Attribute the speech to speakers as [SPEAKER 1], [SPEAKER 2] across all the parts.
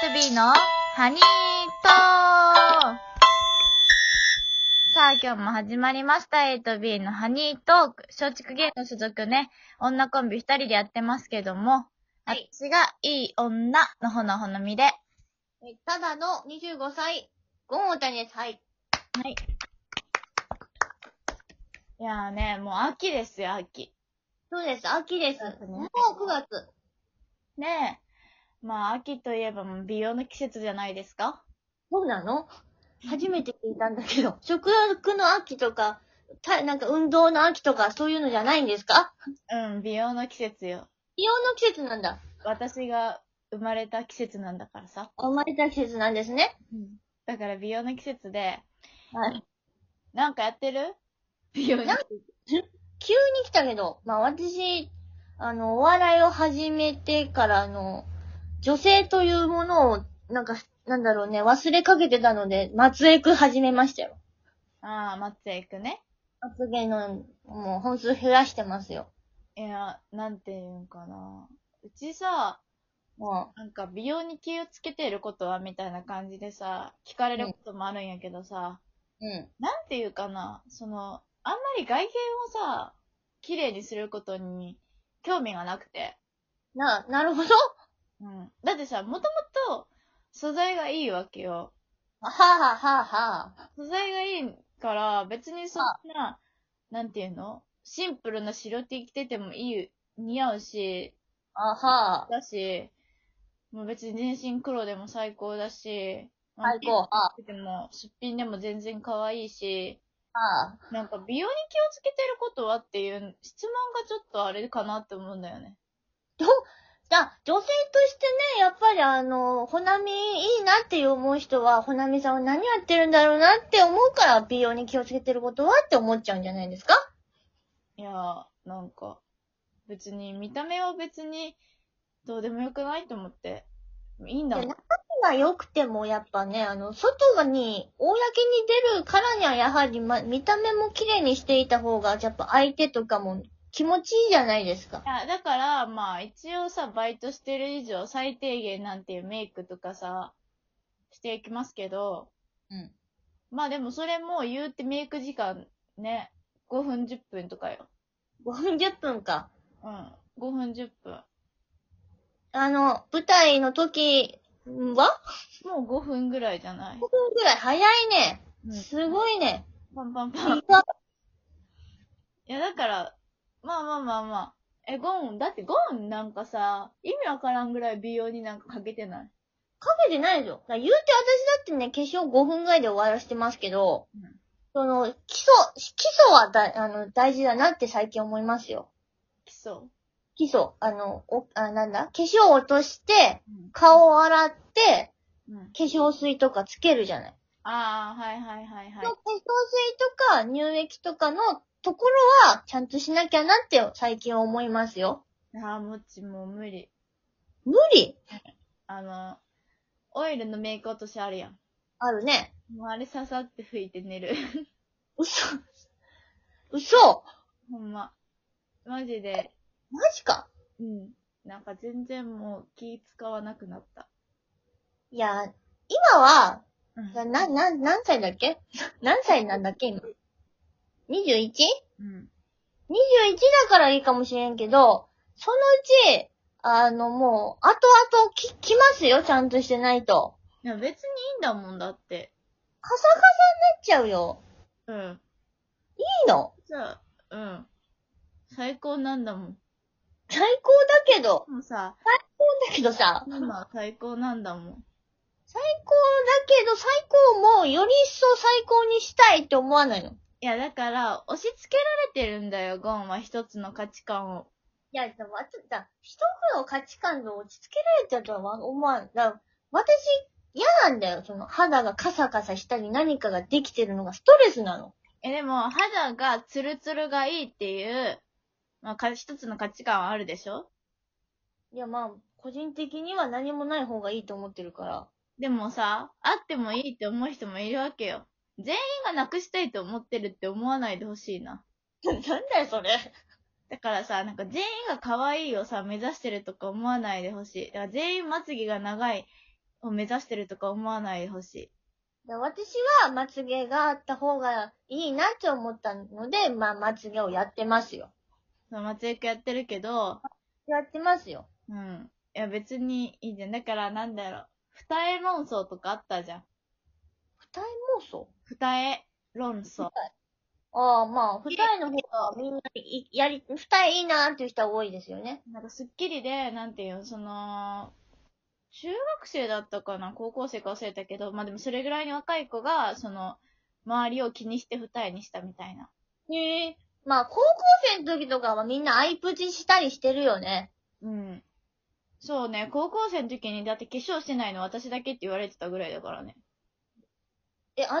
[SPEAKER 1] スビーのハニートさあ、今日も始まりました。8B のハニートーク。松竹芸能所属ね、女コンビ二人でやってますけども、
[SPEAKER 2] はい
[SPEAKER 1] 私がいい女のほのほのみで、は
[SPEAKER 2] えただの25歳、ゴンオタニです。はい。
[SPEAKER 1] い。いやーね、もう秋ですよ、秋。
[SPEAKER 2] そうです。秋です。
[SPEAKER 1] そうですね
[SPEAKER 2] もう9月。
[SPEAKER 1] ねえ。まあ、秋といえばもう美容の季節じゃないですか
[SPEAKER 2] そうなの初めて聞いたんだけど、食欲の秋とか、たなんか運動の秋とか、そういうのじゃないんですか
[SPEAKER 1] うん、美容の季節よ。
[SPEAKER 2] 美容の季節なんだ。
[SPEAKER 1] 私が生まれた季節なんだからさ。
[SPEAKER 2] 生まれた季節なんですね。
[SPEAKER 1] だから美容の季節で、
[SPEAKER 2] はい。
[SPEAKER 1] なんかやってる美容の季節。
[SPEAKER 2] 急に来たけど、まあ私、あの、お笑いを始めてからの、女性というものを、なんか、なんだろうね、忘れかけてたので、松江区始めましたよ。
[SPEAKER 1] ああ、松江行くね。
[SPEAKER 2] 発言の、もう本数減らしてますよ。
[SPEAKER 1] いや、なんていうんかな。うちさ、
[SPEAKER 2] も
[SPEAKER 1] なんか美容に気をつけてることはみたいな感じでさ、聞かれることもあるんやけどさ、
[SPEAKER 2] う。うん。
[SPEAKER 1] なんていうかな、その、あんまり外見をさ、綺麗にすることに興味がなくて。
[SPEAKER 2] な、なるほど。
[SPEAKER 1] うん。だってさ、もともと素材がいいわけよ。
[SPEAKER 2] はあ、はあはあ、
[SPEAKER 1] 素材がいいから、別にそんな、なんていうのシンプルな白 T 着ててもいい、似合うし、
[SPEAKER 2] あはあ。
[SPEAKER 1] だし、もう別に全身黒でも最高だし、
[SPEAKER 2] 最高。はあ、
[SPEAKER 1] ピンクでも、すっぴんでも全然可愛いし、
[SPEAKER 2] はあ。
[SPEAKER 1] なんか美容に気をつけてることはっていう質問がちょっとあれかなって思うんだよね。
[SPEAKER 2] じゃあ、女性としてね、やっぱりあの、ほなみいいなっていう思う人は、ほなみさんは何やってるんだろうなって思うから、美容に気をつけてることはって思っちゃうんじゃないですか
[SPEAKER 1] いやー、なんか、別に見た目は別にどうでもよくないと思って、いいんだもん。
[SPEAKER 2] が良くても、やっぱね、あの、外に、公に出るからには、やはり、ま、見た目も綺麗にしていた方が、やっぱ相手とかも気持ちいいじゃないですか
[SPEAKER 1] い。や、だから、まあ、一応さ、バイトしてる以上、最低限なんていうメイクとかさ、していきますけど、
[SPEAKER 2] うん。
[SPEAKER 1] まあでもそれも言うてメイク時間ね、5分10分とかよ。
[SPEAKER 2] 5分10分か。
[SPEAKER 1] うん。5分10分。
[SPEAKER 2] あの、舞台の時は
[SPEAKER 1] もう5分ぐらいじゃない。
[SPEAKER 2] ?5 分ぐらい早いね。す
[SPEAKER 1] い。
[SPEAKER 2] ごいね。
[SPEAKER 1] パンパンパン。い
[SPEAKER 2] あ
[SPEAKER 1] や、だから、まあまあまあまあ。え、ゴン、だってゴンなんかさ、意味わからんぐらい美容になんかかけてない。
[SPEAKER 2] かけてないでしょ。だから言うて私だってね、化粧5分ぐらいで終わらせてますけど、
[SPEAKER 1] うん
[SPEAKER 2] その、基礎、基礎はだあの大事だなって最近思いますよ。
[SPEAKER 1] 基礎。う
[SPEAKER 2] 基礎、あの、お、あ、なんだ化粧を落として、
[SPEAKER 1] ん。
[SPEAKER 2] 顔を洗って、
[SPEAKER 1] うん。
[SPEAKER 2] 化粧水とかつけるじゃない。
[SPEAKER 1] ああ、はいはいはいはい
[SPEAKER 2] その。化粧水とか乳液とかのところは、ちゃんとしなきゃなって最近思いますよ。
[SPEAKER 1] ああ、もっちもう無理。
[SPEAKER 2] 無理
[SPEAKER 1] あの、オイルのメイク落としあるやん。
[SPEAKER 2] あるね。
[SPEAKER 1] もうあれささって拭いて寝る。
[SPEAKER 2] 嘘。嘘
[SPEAKER 1] ほんま。マジで。
[SPEAKER 2] マジか。
[SPEAKER 1] うん。なんか全然もう気使わなくなった。
[SPEAKER 2] いや、今は、
[SPEAKER 1] うん
[SPEAKER 2] な、な、な何歳だっけ 何歳なんだっけ今。21?21
[SPEAKER 1] うん。
[SPEAKER 2] だからいいかもしれんけど、そのうち、あの、もう、後々き、来ますよ、ちゃんとしてないと。
[SPEAKER 1] いや、別にいいんだもんだって。
[SPEAKER 2] カサカサになっちゃうよ。
[SPEAKER 1] うん。
[SPEAKER 2] いいの
[SPEAKER 1] じゃあ、うん。最高なんだもん。
[SPEAKER 2] 最高だけど。
[SPEAKER 1] もうさ、
[SPEAKER 2] だけどさ、
[SPEAKER 1] 今は最高なんだもん。
[SPEAKER 2] 最高だけど、最高もより一層最高にしたいって思わないの。い
[SPEAKER 1] いや、だから、押し付けられてるんだよ、ゴンは一つの価値観を。
[SPEAKER 2] や、でも、あとだ、人の価値観で落ち着けられたとは思わん。だ私、嫌なんだよ。その、肌がカサカサしたり何かができてるのがストレスなの。
[SPEAKER 1] え、でも、肌がツルツルがいいっていう、まあ、か一つの価値観はあるでしょ
[SPEAKER 2] いや、まあ、個人的には何もない方がいいと思ってるから。
[SPEAKER 1] でもさ、あってもいいって思う人もいるわけよ。全員がなくしたいと思ってるって思わないでほしいな。
[SPEAKER 2] なんだよ、それ。
[SPEAKER 1] だからさ、なんか全員が可愛いをさ、目指してるとか思わないでほしい。だから全員まつげが長いを目指してるとか思わないでほしい。
[SPEAKER 2] で私はまつげがあった方がいいなって思ったので、まあ、まつげをやってますよ。
[SPEAKER 1] その松役やってるけど、
[SPEAKER 2] やってますよ。
[SPEAKER 1] うん。いや別にいいじゃん。だからなんだろう。二重論争とかあったじゃん。
[SPEAKER 2] 二重妄想
[SPEAKER 1] 二重論争。
[SPEAKER 2] ああ、まあ、二重の方がみんな、いやり、二重いいなっていう人は多いですよね。
[SPEAKER 1] なんかスッキリで、なんていうの、その、中学生だったかな高校生か忘れたけど、まあでもそれぐらいに若い子が、その、周りを気にして二重にしたみたいな。
[SPEAKER 2] へえ。まあ、高校生の時とかはみんなアイプチしたりしてるよね。
[SPEAKER 1] うん。そうね、高校生の時にだって化粧してないの私だけって言われてたぐらいだからね。
[SPEAKER 2] え、あの、あ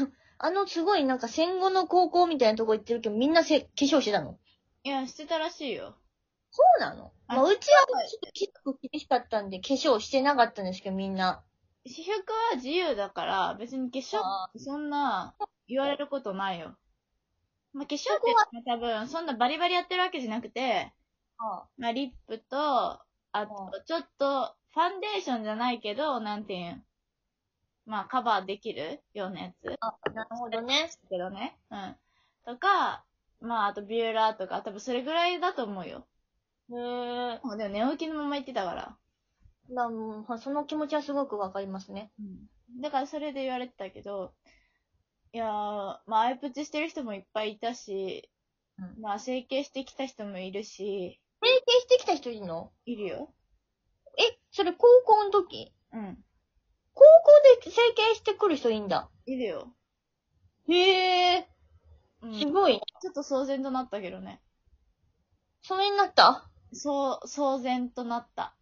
[SPEAKER 2] の、あのすごいなんか戦後の高校みたいなとこ行ってるけどみんなせ化粧してたの
[SPEAKER 1] いや、してたらしいよ。
[SPEAKER 2] そうなの
[SPEAKER 1] あ
[SPEAKER 2] まあ、うち
[SPEAKER 1] は
[SPEAKER 2] はいちょっときつく厳しかったんで化粧してなかったんですけどみんな。
[SPEAKER 1] 私服は自由だから、別に化粧
[SPEAKER 2] あ
[SPEAKER 1] そんな、言われることないよ。まあ、化粧
[SPEAKER 2] そ
[SPEAKER 1] って
[SPEAKER 2] こは
[SPEAKER 1] ね多分、そんなバリバリやってるわけじゃなくて、
[SPEAKER 2] あ
[SPEAKER 1] まあ、リップと、あ
[SPEAKER 2] う
[SPEAKER 1] と、ちょっと、ファンデーションじゃないけど、なんていうん。まあ、カバーできるようなやつ。
[SPEAKER 2] あ、なるほどね。
[SPEAKER 1] けどね。うん。とか、まあ、あとビューラーとか、多分それぐらいだと思うよ。
[SPEAKER 2] へえ。
[SPEAKER 1] もうでも寝起きのまま言ってたから。
[SPEAKER 2] まあもう、その気持ちはすごくわかりますね。
[SPEAKER 1] だからそれで言われてたけど、いやー、まあ、アイプチしてる人もいっぱいいたし、
[SPEAKER 2] う
[SPEAKER 1] まあ、整形してきた人もいるし、
[SPEAKER 2] 整形してきた人いるの
[SPEAKER 1] いるよ。
[SPEAKER 2] え、それ高校の時
[SPEAKER 1] うん。
[SPEAKER 2] 高校で整形してくる人いいんだ。
[SPEAKER 1] いるよ。
[SPEAKER 2] へえ、
[SPEAKER 1] うん。
[SPEAKER 2] す
[SPEAKER 1] ちょ
[SPEAKER 2] ごいね。
[SPEAKER 1] っと騒然となったけどね。
[SPEAKER 2] それになった
[SPEAKER 1] そう、騒然となった。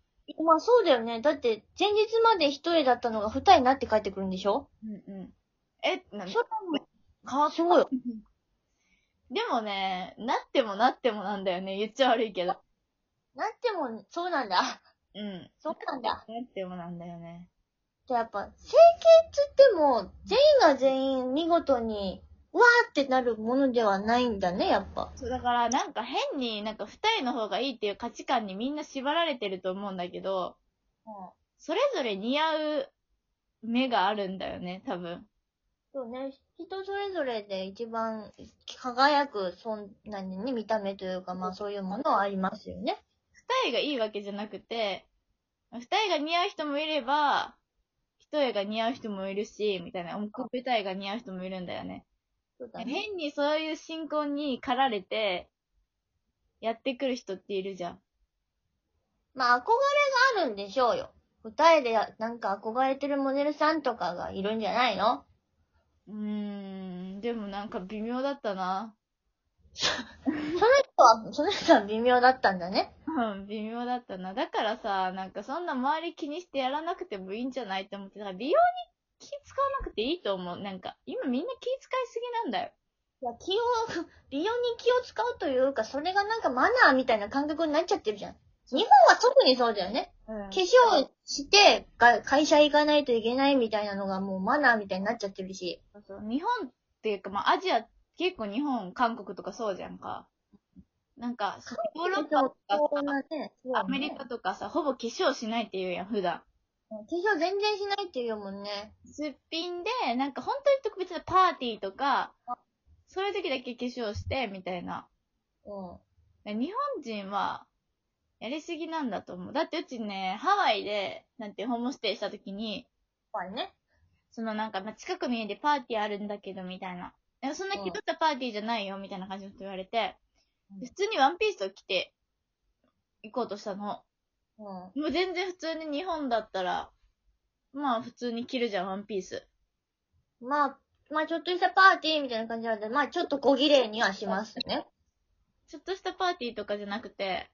[SPEAKER 2] まあそうだよね。だって、前日まで一人だったのが二人になって帰ってくるんでしょ
[SPEAKER 1] うんうん。え、な
[SPEAKER 2] それ
[SPEAKER 1] 変わ
[SPEAKER 2] はすごいよ。
[SPEAKER 1] でもね、なってもなってもなんだよね。言っちゃ悪いけど。
[SPEAKER 2] なっても、そうなんだ。
[SPEAKER 1] うん。
[SPEAKER 2] そうなんだ。
[SPEAKER 1] なってもなんだよね。
[SPEAKER 2] でやっぱ、整形っつっても、全員が全員見事に、わーってなるものではないんだね、やっぱ。
[SPEAKER 1] そう、だからなんか変になんか二重の方がいいっていう価値観にみんな縛られてると思うんだけど、それぞれ似合う目があるんだよね、多分。
[SPEAKER 2] そうね、人それぞれで一番輝く、そんなにね、見た目というか、まあそういうものはありますよね。
[SPEAKER 1] 二重がいいわけじゃなくて、二重が似合う人もいれば、一重が似合う人もいるし、みたいな、奥舞台が似合う人もいるんだよね。
[SPEAKER 2] そうだね。
[SPEAKER 1] 変にそういう信仰に駆られて、やってくる人っているじゃん。
[SPEAKER 2] まあ憧れがあるんでしょうよ。二重でやなんか憧れてるモデルさんとかがいるんじゃないの
[SPEAKER 1] うーん、でもなんか微妙だったな。
[SPEAKER 2] その人は、その人は微妙だったんだね。
[SPEAKER 1] うん、微妙だったな。だからさ、なんかそんな周り気にしてやらなくてもいいんじゃないって思って、だから美容に気使わなくていいと思う。なんか、今みんな気使いすぎなんだよ。
[SPEAKER 2] いや、気を、美容に気を使うというか、それがなんかマナーみたいな感覚になっちゃってるじゃん。日本は特にそうだよね。
[SPEAKER 1] うん
[SPEAKER 2] 化粧して、が会社行かないといけないみたいなのがもうマナーみたいになっちゃってるし。
[SPEAKER 1] そうそう日本っていうか、まあ、アジア、結構日本、韓国とかそうじゃんか。なんか、そうヨーロッパと
[SPEAKER 2] そ
[SPEAKER 1] か
[SPEAKER 2] ん
[SPEAKER 1] さ、
[SPEAKER 2] なね、そうだ
[SPEAKER 1] ア
[SPEAKER 2] ね
[SPEAKER 1] メリカとかさ、ほぼ化粧しないって言うやん、普段。
[SPEAKER 2] 化粧全然しないって言うもんね。
[SPEAKER 1] すっぴんで、なんか本当に特別なパーティーとか
[SPEAKER 2] あ、
[SPEAKER 1] そういう時だけ化粧して、みたいな。
[SPEAKER 2] うん。
[SPEAKER 1] 日本人は、やりすぎなんだと思う。だってうちね、ハワイで、なんてホームステイした時に、
[SPEAKER 2] 怖いね。
[SPEAKER 1] そのなんか、まあ、近くの家でパーティーあるんだけど、みたいな。いやそんな気取ったパーティーじゃないよ、みたいな感じのこと言われて、
[SPEAKER 2] うん
[SPEAKER 1] で普通にワンピースを着て、行こうとしたの。
[SPEAKER 2] うん。
[SPEAKER 1] もう全然普通に日本だったら、まあ普通に着るじゃん、ワンピース。
[SPEAKER 2] まあ、まあちょっとしたパーティーみたいな感じなので、まあちょっと小綺麗にはしますね。
[SPEAKER 1] ちょっとしたパーティーとかじゃなくて、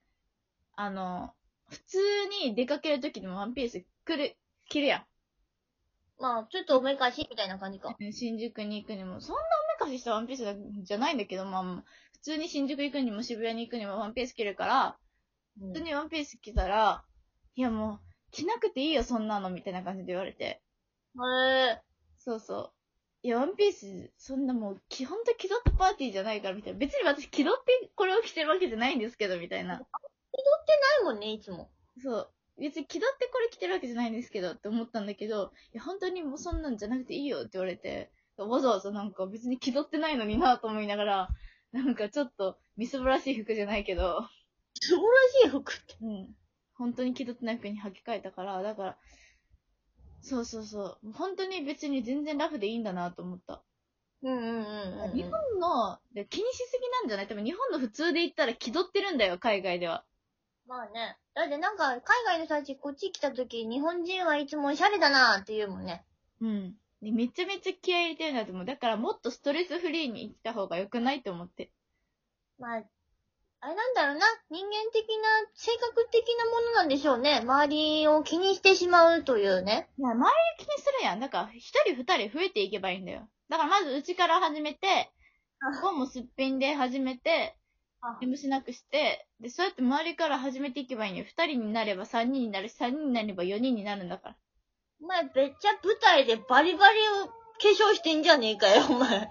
[SPEAKER 1] あの、普通に出かける時でもワンピース来る、着るやん。
[SPEAKER 2] まあちょっとおめかしみたいな感じか。
[SPEAKER 1] うん新宿に行くにも、そんなおめかししたワンピースじゃないんだけど、まあ、普通に新宿行くにも渋谷に行くにもワンピース着るから、
[SPEAKER 2] うん
[SPEAKER 1] 普通にワンピース着たら、いやもう、着なくていいよ、そんなの、みたいな感じで言われて。
[SPEAKER 2] へえ。
[SPEAKER 1] そうそう。いや、ワンピース、そんなもう、基本と気取ったパーティーじゃないから、みたいな。別に私、気取ってこれを着てるわけじゃないんですけど、みたいな。
[SPEAKER 2] ないもんね、いつも。
[SPEAKER 1] そう。別に気取ってこれ着てるわけじゃないんですけどって思ったんだけど、いや、本当にもうそんなんじゃなくていいよって言われて、わざわざなんか別に気取ってないのになと思いながら、なんかちょっとみすぼらしい服じゃないけど、
[SPEAKER 2] 素晴らしい服って。
[SPEAKER 1] うん。本当に気取ってない服に履き替えたから、だから、そうそうそう。本当に別に全然ラフでいいんだなと思った。
[SPEAKER 2] うんうんうんうん。
[SPEAKER 1] 日本の、で気にしすぎなんじゃない多分日本の普通で言ったら気取ってるんだよ、海外では。
[SPEAKER 2] まあね。だってなんか、海外の人たちこっち来た時、日本人はいつもおしゃれだなって言うもんね。
[SPEAKER 1] うん。でめちゃめちゃ気合い入れてるなって思う。だからもっとストレスフリーに生きた方が良くないって思って。
[SPEAKER 2] まあ、あれなんだろうな。人間的な、性格的なものなんでしょうね。周りを気にしてしまうというね。
[SPEAKER 1] いや、周りが気にするやん。だから、一人二人増えていけばいいんだよ。だからまずうちから始めて、こうもすっぴんで始めて、
[SPEAKER 2] あ
[SPEAKER 1] でもしなくして、で、そうやって周りから始めていけばいいんだよ。二人になれば三人になるし、三人になれば四人になるんだから。
[SPEAKER 2] お前、べっちゃ舞台でバリバリを化粧してんじゃねえかよ、お前。バリ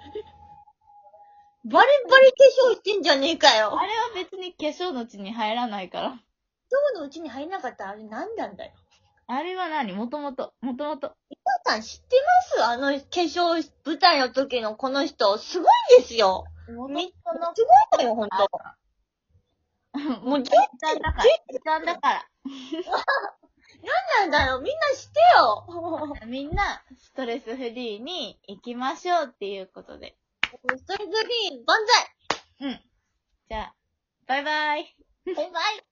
[SPEAKER 2] バリ化粧してんじゃねえかよ
[SPEAKER 1] あ。れは別に化粧の地に入らないから。
[SPEAKER 2] 今日のうちに入んなかったあれ何なんだよ。
[SPEAKER 1] あれは何もともと、もともと。
[SPEAKER 2] 皆さん知ってますあの化粧、舞台の時のこの人、すごいですよ。
[SPEAKER 1] も
[SPEAKER 2] み、すごいのよ、ほんと。もう、全
[SPEAKER 1] 時間だから。時間だから。
[SPEAKER 2] 然だよ。みんなしてよ。
[SPEAKER 1] みんな、ストレスフリーに行きましょうっていうことで。
[SPEAKER 2] ストレスフリー、万歳
[SPEAKER 1] じゃあ、バイバイ。
[SPEAKER 2] バイバイ